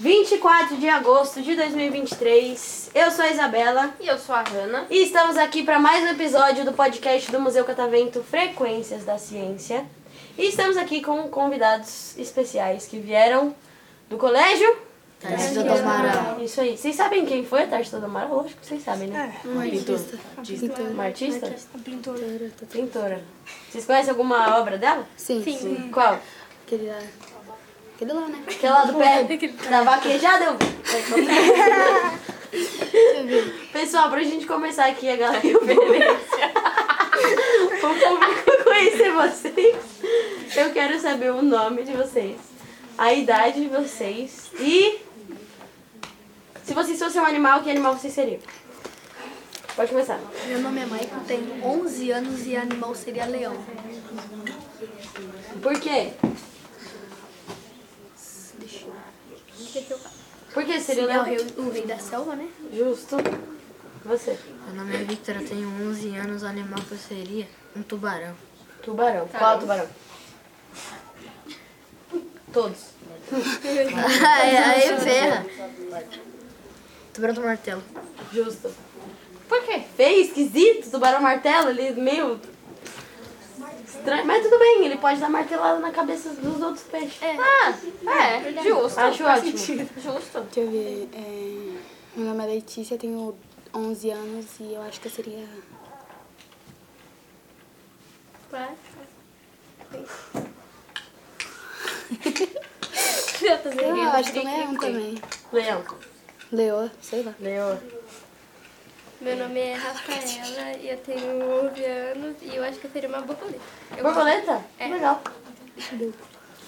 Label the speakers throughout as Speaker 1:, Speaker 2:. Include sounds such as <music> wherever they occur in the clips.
Speaker 1: 24 de agosto de 2023. Eu sou a Isabela
Speaker 2: E eu sou a Hanna.
Speaker 1: e estamos aqui para mais um episódio do podcast do Museu Catavento Frequências da Ciência. E estamos aqui com convidados especiais que vieram do colégio.
Speaker 3: Tarcísio do Amaral.
Speaker 1: Isso aí. Vocês sabem quem foi a Tarcísio do Amaral? Lógico que vocês sabem, né?
Speaker 3: Um
Speaker 1: Uma artista?
Speaker 3: Pintora.
Speaker 1: Pintora. Vocês conhecem alguma obra dela?
Speaker 3: Sim, sim.
Speaker 1: Qual?
Speaker 3: Aquele lá. Aquele lá, né?
Speaker 1: Aquela do pé da vaquejada eu vi. Pessoal, pra gente começar aqui a galera <laughs> e o Venecia, o público conhecer vocês, eu quero saber o nome de vocês, a idade de vocês e se vocês fossem um animal, que animal vocês seriam? Pode começar.
Speaker 4: Meu nome é Maicon, tenho 11 anos e animal seria leão.
Speaker 1: Por quê? Por que seria
Speaker 4: Ele é o
Speaker 1: leão?
Speaker 4: rei, o rei da selva, né?
Speaker 1: Justo. Você.
Speaker 3: Meu nome é Victor, eu tenho 11 anos, o animal que eu seria um tubarão.
Speaker 1: Tubarão.
Speaker 2: Tá
Speaker 1: Qual tubarão? Todos.
Speaker 3: aí, Ah, é, aí ferra. Tubarão do martelo.
Speaker 1: Justo.
Speaker 2: Por quê?
Speaker 1: Feio, esquisito, tubarão martelo, ele meio. Estranho. Mas tudo bem, ele pode dar martelada na cabeça dos outros peixes.
Speaker 2: Ah, é, justo.
Speaker 1: Acho
Speaker 2: Faz
Speaker 1: ótimo.
Speaker 2: sentido. Justo.
Speaker 5: Deixa eu ver. é, Meu nome é Letícia, tenho 11 anos e eu acho que eu seria. Sei lá, eu acho que também é um também.
Speaker 1: Leão.
Speaker 5: Leoa, sei lá.
Speaker 1: Leão.
Speaker 6: Meu nome é Rafaela e eu tenho 11 anos e eu acho que eu seria uma borboleta. Eu
Speaker 1: Borboleta?
Speaker 2: É.
Speaker 1: Legal.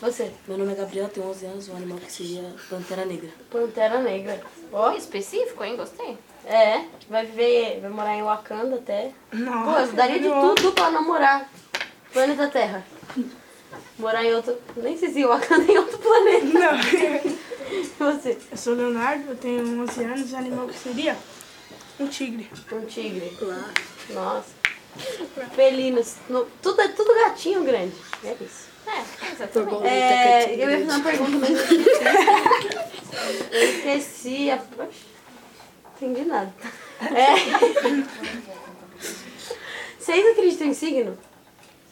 Speaker 1: Você,
Speaker 7: Meu nome é Gabriel, tenho 11 anos, um animal que seria pantera negra.
Speaker 1: Pantera Negra. Ó,
Speaker 2: Específico, hein? Gostei.
Speaker 1: é, vai viver, vai morar em Wakanda até. Nossa, Pô, eu daria de tudo pra não morar. no Planeta Terra. Morar em outro. Nem sei se Wakanda é em outro planeta.
Speaker 8: Não,
Speaker 1: <laughs> E Você,
Speaker 8: eu sou Leonardo, eu tenho 11 anos, o animal que seria um tigre.
Speaker 1: um tigre. Nossa. Felinos. No- tudo, é tudo gatinho grande. É isso.
Speaker 2: É, exatamente.
Speaker 5: tá
Speaker 1: É, eu ia fazer uma pergunta, mas eu esqueci. eu esqueci. A... Oxe, Entendi <laughs> nada. É. Vocês acreditam em signo?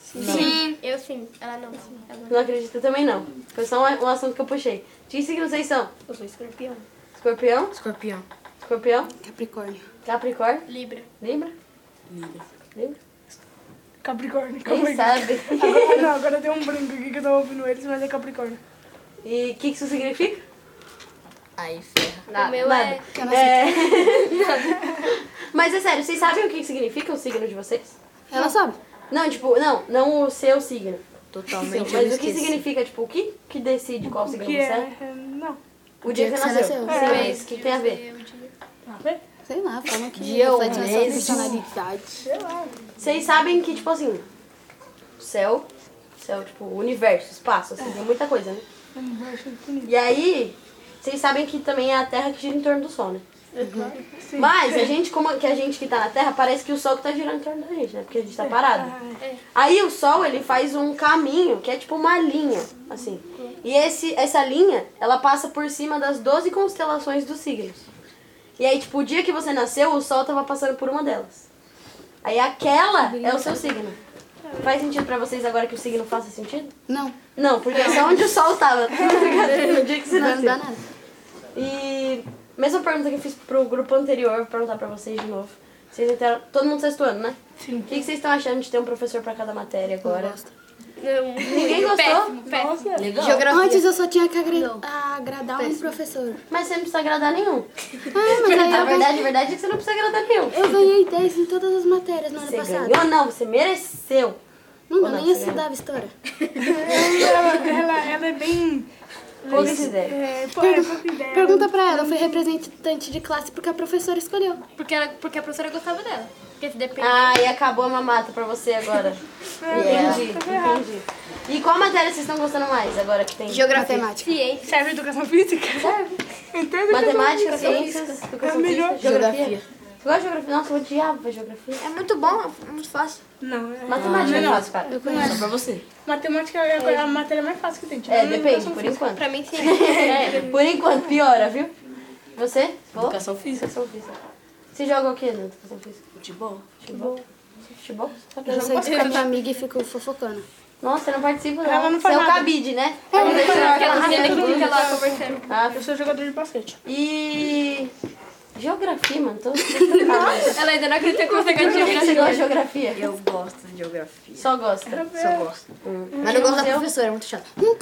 Speaker 6: Sim. Eu sim. Ela não, sim. Ela não.
Speaker 1: Não acredito também não. Foi só um, um assunto que eu puxei. De que signo vocês são?
Speaker 4: Eu sou escorpião.
Speaker 1: Escorpião?
Speaker 3: Escorpião.
Speaker 1: Escorpião?
Speaker 5: Capricórnio.
Speaker 1: Capricórnio?
Speaker 6: Libra.
Speaker 1: Libra? <laughs> Libra.
Speaker 8: Capricórnio,
Speaker 1: Quem
Speaker 8: Capricórnio.
Speaker 1: sabe?
Speaker 8: <laughs> Agora, não, agora deu um brinco aqui que eu tava ouvindo eles, mas é Capricórnio.
Speaker 1: <laughs> E o que que isso significa?
Speaker 3: Aí ferra.
Speaker 1: Ah,
Speaker 6: o meu é.
Speaker 5: Que eu não sei.
Speaker 1: É. Mas é sério, vocês sabem o que significa o signo de vocês?
Speaker 5: Ela sabe.
Speaker 1: Não, tipo, não, não o seu signo.
Speaker 3: Totalmente. eu
Speaker 1: mas o que
Speaker 3: esqueci.
Speaker 1: significa, tipo, o que, que decide qual signo
Speaker 8: que
Speaker 1: você é?
Speaker 8: é. Não.
Speaker 1: O dia que você nasceu. É. Sim, mas o que tem a ver?
Speaker 5: Sei lá, falam que
Speaker 1: Dia,
Speaker 5: reflete na sua
Speaker 1: mês.
Speaker 5: personalidade.
Speaker 1: Vocês sabem que, tipo assim, o céu, o céu, tipo, o universo, espaço, assim, tem muita coisa, né? E aí, vocês sabem que também é a Terra que gira em torno do Sol, né?
Speaker 8: Sim.
Speaker 1: Mas a gente, como que a gente que tá na Terra, parece que o Sol que tá girando em torno da gente, né? Porque a gente tá parado. Aí o Sol, ele faz um caminho, que é tipo uma linha, assim. E esse, essa linha, ela passa por cima das 12 constelações dos signos. E aí, tipo, o dia que você nasceu, o Sol tava passando por uma delas. Aí aquela é o seu signo. Faz sentido pra vocês agora que o signo faça sentido?
Speaker 5: Não,
Speaker 1: Não, porque é só onde o Sol tava.
Speaker 5: <laughs>
Speaker 1: no dia que você
Speaker 5: É. não
Speaker 1: nasceu.
Speaker 5: dá né? nada.
Speaker 1: E mesma pergunta que eu fiz pro grupo anterior, vou perguntar pra vocês de novo. Vocês entraram, todo mundo sexto ano, né? Sim. O que, que vocês estão achando de ter um professor pra cada matéria agora?
Speaker 6: <laughs> Não.
Speaker 1: Ninguém gostou?
Speaker 6: Péssimo, péssimo.
Speaker 7: Legal.
Speaker 5: Antes eu só tinha que agre- agradar um professor.
Speaker 1: Mas você não precisa agradar nenhum.
Speaker 5: Ah, mas aí
Speaker 1: Na
Speaker 5: eu, ganhei-
Speaker 1: verdade, a verdade é que você não precisa agradar nenhum.
Speaker 5: eu ganhei 10 em todas as matérias no ano
Speaker 1: Você
Speaker 5: passado.
Speaker 1: ganhou, não, você mereceu.
Speaker 5: Não,
Speaker 1: Ou
Speaker 5: eu
Speaker 1: não,
Speaker 5: nem
Speaker 1: você
Speaker 5: estudava história.
Speaker 8: Ela, ela, ela é bem.
Speaker 1: Poucas ideias.
Speaker 8: É, pô, é pouca ideia.
Speaker 5: Pergunta pra ela, eu fui representante de classe porque a professora escolheu.
Speaker 6: Porque, ela, porque a professora gostava dela. Porque se depende.
Speaker 1: Ah, e acabou a mamata pra você
Speaker 8: <laughs>
Speaker 1: agora.
Speaker 8: É,
Speaker 1: Entendi,
Speaker 8: Tá
Speaker 1: entendi. E qual matéria vocês estão gostando mais agora que tem?
Speaker 3: Geografia.
Speaker 5: Matemática.
Speaker 6: Ciência.
Speaker 8: Serve educação física? Serve. Entendo que
Speaker 1: Matemática, ciências, educação
Speaker 8: É melhor. Ah,
Speaker 1: física, geografia. Você gosta de geografia? Nossa, eu odiava geografia.
Speaker 3: É muito bom, é muito fácil.
Speaker 8: Não, é.
Speaker 1: Matemática é fácil, cara.
Speaker 7: Só pra você.
Speaker 8: Matemática é a, coisa- a matéria mais fácil que tem. tipo,
Speaker 1: É,
Speaker 8: não-
Speaker 1: depende, por enquanto.
Speaker 6: Pra mim sim.
Speaker 1: É, por enquanto, piora, viu? Você? Falou?
Speaker 7: Educação física.
Speaker 1: Educação física. Você joga o quê na educação física?
Speaker 7: Futebol.
Speaker 1: Futebol? Futebol? Só que
Speaker 5: Eu sei que fica com a amiga e fico fofocando.
Speaker 1: Nossa, você não participa, não.
Speaker 8: Ela não
Speaker 1: você
Speaker 8: faz
Speaker 1: é o
Speaker 8: nada.
Speaker 1: cabide, né?
Speaker 6: Aquela menina que fica lá conversando.
Speaker 1: Ah,
Speaker 8: Eu sou jogador de basquete.
Speaker 1: e... Geografia, mano. <laughs> Tô... Você
Speaker 6: Ela ainda não acredita que você ganha dinheiro.
Speaker 1: gosta de geografia?
Speaker 3: Eu gosto de geografia.
Speaker 1: Só gosta.
Speaker 3: Só gosto. Mas não gosto da professora, é muito chato.
Speaker 1: Não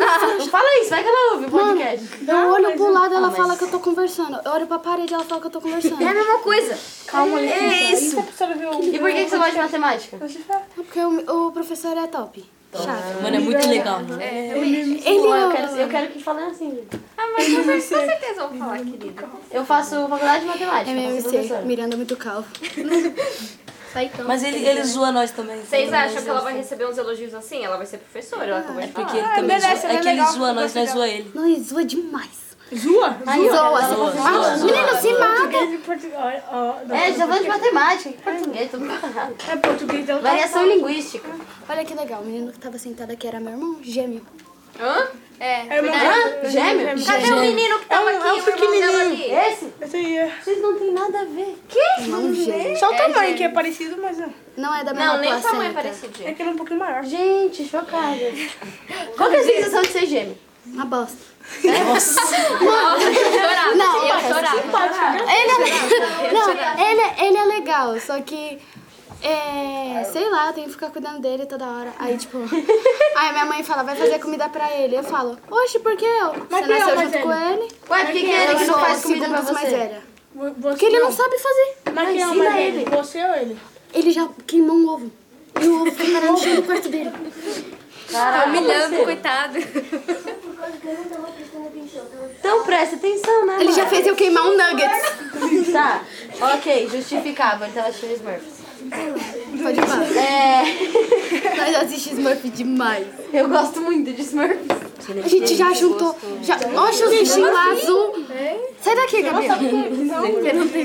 Speaker 1: fala isso, vai que ela ouve o podcast.
Speaker 5: Eu olho pro lado, ela fala que eu tô conversando. Eu olho pra parede, ela fala que eu tô conversando.
Speaker 3: É a mesma coisa.
Speaker 8: Calma, ali. É isso.
Speaker 1: E por que, que você gosta de matemática?
Speaker 5: É porque o, o professor é top.
Speaker 2: Ah,
Speaker 5: Chato.
Speaker 7: Mano, é muito legal.
Speaker 6: né?
Speaker 5: Ele
Speaker 1: Pô, eu,
Speaker 5: é...
Speaker 1: quero, eu quero que falem assim. gente.
Speaker 6: Ah, mas com cer- com certeza vão falar, querida.
Speaker 1: Eu faço faculdade de matemática. eu sou
Speaker 5: MMC,
Speaker 1: professora.
Speaker 5: É Miranda é muito calvo.
Speaker 6: então.
Speaker 7: Mas ele, ele zoa nós também.
Speaker 2: Vocês
Speaker 7: Ele
Speaker 2: acham
Speaker 7: zoa
Speaker 2: que ela vai receber uns elogios assim? Ela vai ser professora, ela acabou de falar.
Speaker 7: Porque ele também zoa. É que ele zoa nós, nós zoa ele.
Speaker 5: Não, ele zoa demais. assim,
Speaker 8: Zua?
Speaker 1: Aí, eu quero ela
Speaker 7: Zoa,
Speaker 1: fazer-
Speaker 7: zoa, zoa.
Speaker 5: Menino, se mata!
Speaker 8: Português e português. Ó, ó, não.
Speaker 1: É, já falando de matemática, que português, tudo muito errado.
Speaker 8: É português, ela
Speaker 1: Variação linguística.
Speaker 8: Tá.
Speaker 5: Olha que legal, o menino que tava sentado aqui era meu irmão gêmeo.
Speaker 8: É, irmão,
Speaker 1: Hã? Gêmeo?
Speaker 2: Cadê o menino
Speaker 1: tá
Speaker 2: que tava
Speaker 8: É um-
Speaker 2: aqui,
Speaker 8: é um
Speaker 2: o irmão dela ali?
Speaker 1: Esse?
Speaker 8: esse aí é.
Speaker 1: Vocês não tem nada a ver.
Speaker 5: Irmão gêmeo.
Speaker 8: Só o tamanho que é parecido, mas é.
Speaker 5: Não é da mesma
Speaker 2: Não, nem o
Speaker 5: placenta.
Speaker 2: tamanho é
Speaker 1: então.
Speaker 2: parecido.
Speaker 8: É que ele é um pouquinho maior.
Speaker 1: Gente, chocada. Qual que é a sensação de ser gêmeo?
Speaker 5: Uma bosta.
Speaker 2: É? Chorar,
Speaker 5: Não,
Speaker 2: eu chorar.
Speaker 5: Ele é, não, ele, é- ele é legal, só que. É, sei lá, eu tenho que ficar cuidando dele toda hora. Aí, tipo. aí minha mãe fala, vai fazer comida pra ele. Eu falo, oxe, por que eu? Você
Speaker 1: é
Speaker 5: nasceu junto com ele?
Speaker 1: Ué, por que, é que ele que não
Speaker 5: sou
Speaker 1: faz
Speaker 5: o
Speaker 1: comida pra
Speaker 5: segundo mais
Speaker 1: você?
Speaker 5: velha.
Speaker 8: Vo- Você, é
Speaker 5: Porque ele não sabe fazer.
Speaker 8: Mas quem é o
Speaker 1: ensina
Speaker 8: mais velho?
Speaker 1: ele.
Speaker 8: Você ou ele?
Speaker 5: Ele já queimou um ovo. E o ovo foi
Speaker 1: Um
Speaker 5: parar no chão do quarto dele.
Speaker 1: Caralho,
Speaker 6: Humilhando,
Speaker 1: parceiro.
Speaker 6: coitado.
Speaker 1: Então presta atenção, né?
Speaker 5: Ele já
Speaker 1: mano?
Speaker 5: fez eu queimar um nugget.
Speaker 1: Tá, ok, justificável, então achei Smurfs.
Speaker 5: Pode
Speaker 1: <laughs>
Speaker 5: falar.
Speaker 1: É,
Speaker 5: Nós assistimos Smurf demais.
Speaker 1: eu gosto muito de Smurfs.
Speaker 5: A gente já juntou. Já... Oxe, os bichinhos lá azul. Sai daqui, Gabriel.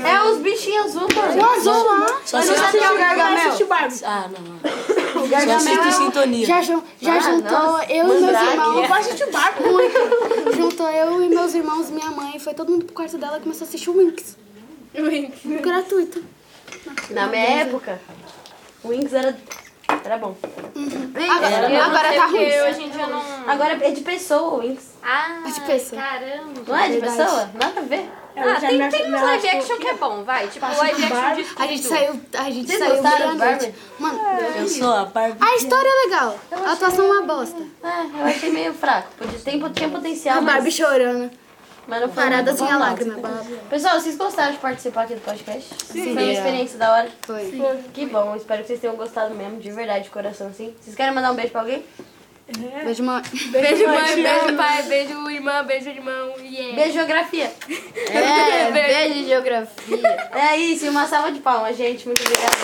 Speaker 1: É os bichinhos azul,
Speaker 5: O
Speaker 1: mano.
Speaker 5: azul lá.
Speaker 7: Só se
Speaker 1: sabe o
Speaker 8: Não
Speaker 1: Gargamel?
Speaker 8: assiste Barbie.
Speaker 7: Ah, não, não.
Speaker 1: O
Speaker 7: Só
Speaker 1: Gargamel
Speaker 7: assisto
Speaker 1: é
Speaker 7: sintonia.
Speaker 5: Já, jun- já
Speaker 1: Ah,
Speaker 5: juntou
Speaker 1: nossa.
Speaker 5: eu e meus
Speaker 1: Mandrake.
Speaker 5: irmãos.
Speaker 8: Eu assisti Barbie.
Speaker 5: Muito. Juntou eu e meus irmãos, minha mãe. Foi todo mundo pro quarto dela e começou a assistir o Winx. Winx. Gratuito.
Speaker 1: o... Na minha época, o Wings era... Era bom.
Speaker 5: Agora, agora tá ruim.
Speaker 2: Porque hoje em dia eu não...
Speaker 1: Agora é de pessoa o Wings.
Speaker 2: Ah,
Speaker 5: Mas de pessoa.
Speaker 2: caramba.
Speaker 1: Não é de pessoa? Nada a ver.
Speaker 8: Ela
Speaker 2: Ah,
Speaker 8: já
Speaker 2: tem,
Speaker 8: me-
Speaker 2: tem
Speaker 8: me
Speaker 2: uns live
Speaker 8: arrastou.
Speaker 2: action que é bom, vai. Tipo, live action de
Speaker 5: A gente saiu, a gente
Speaker 1: Vocês
Speaker 5: saiu
Speaker 1: gostaram de
Speaker 5: meia-noite. Mano,
Speaker 7: Eu sou a Barbie.
Speaker 5: a história é legal. A atuação é uma bosta.
Speaker 1: É, eu achei meio fraco. Podia- Tem, tem potencial,
Speaker 5: A
Speaker 1: mas,
Speaker 5: Barbie chorando.
Speaker 1: mas não foi
Speaker 5: Parada
Speaker 1: muito
Speaker 5: sem a
Speaker 1: bom, não.
Speaker 5: lágrima.
Speaker 1: Pessoal, vocês gostaram de participar aqui do podcast? Sim. Foi uma experiência da hora.
Speaker 5: Foi.
Speaker 1: Que bom, espero que vocês tenham gostado mesmo, de verdade, de coração, assim. Vocês querem mandar um beijo pra alguém?
Speaker 5: Beijo, mãe.
Speaker 6: Beijo, mãe. Beijo, pai. Beijo, irmã. Beijo, irmão. Yeah.
Speaker 1: Beijo, geografia.
Speaker 3: É,
Speaker 5: <laughs>
Speaker 3: beijo geografia.
Speaker 1: É isso, e uma salva de palmas, gente. Muito obrigada.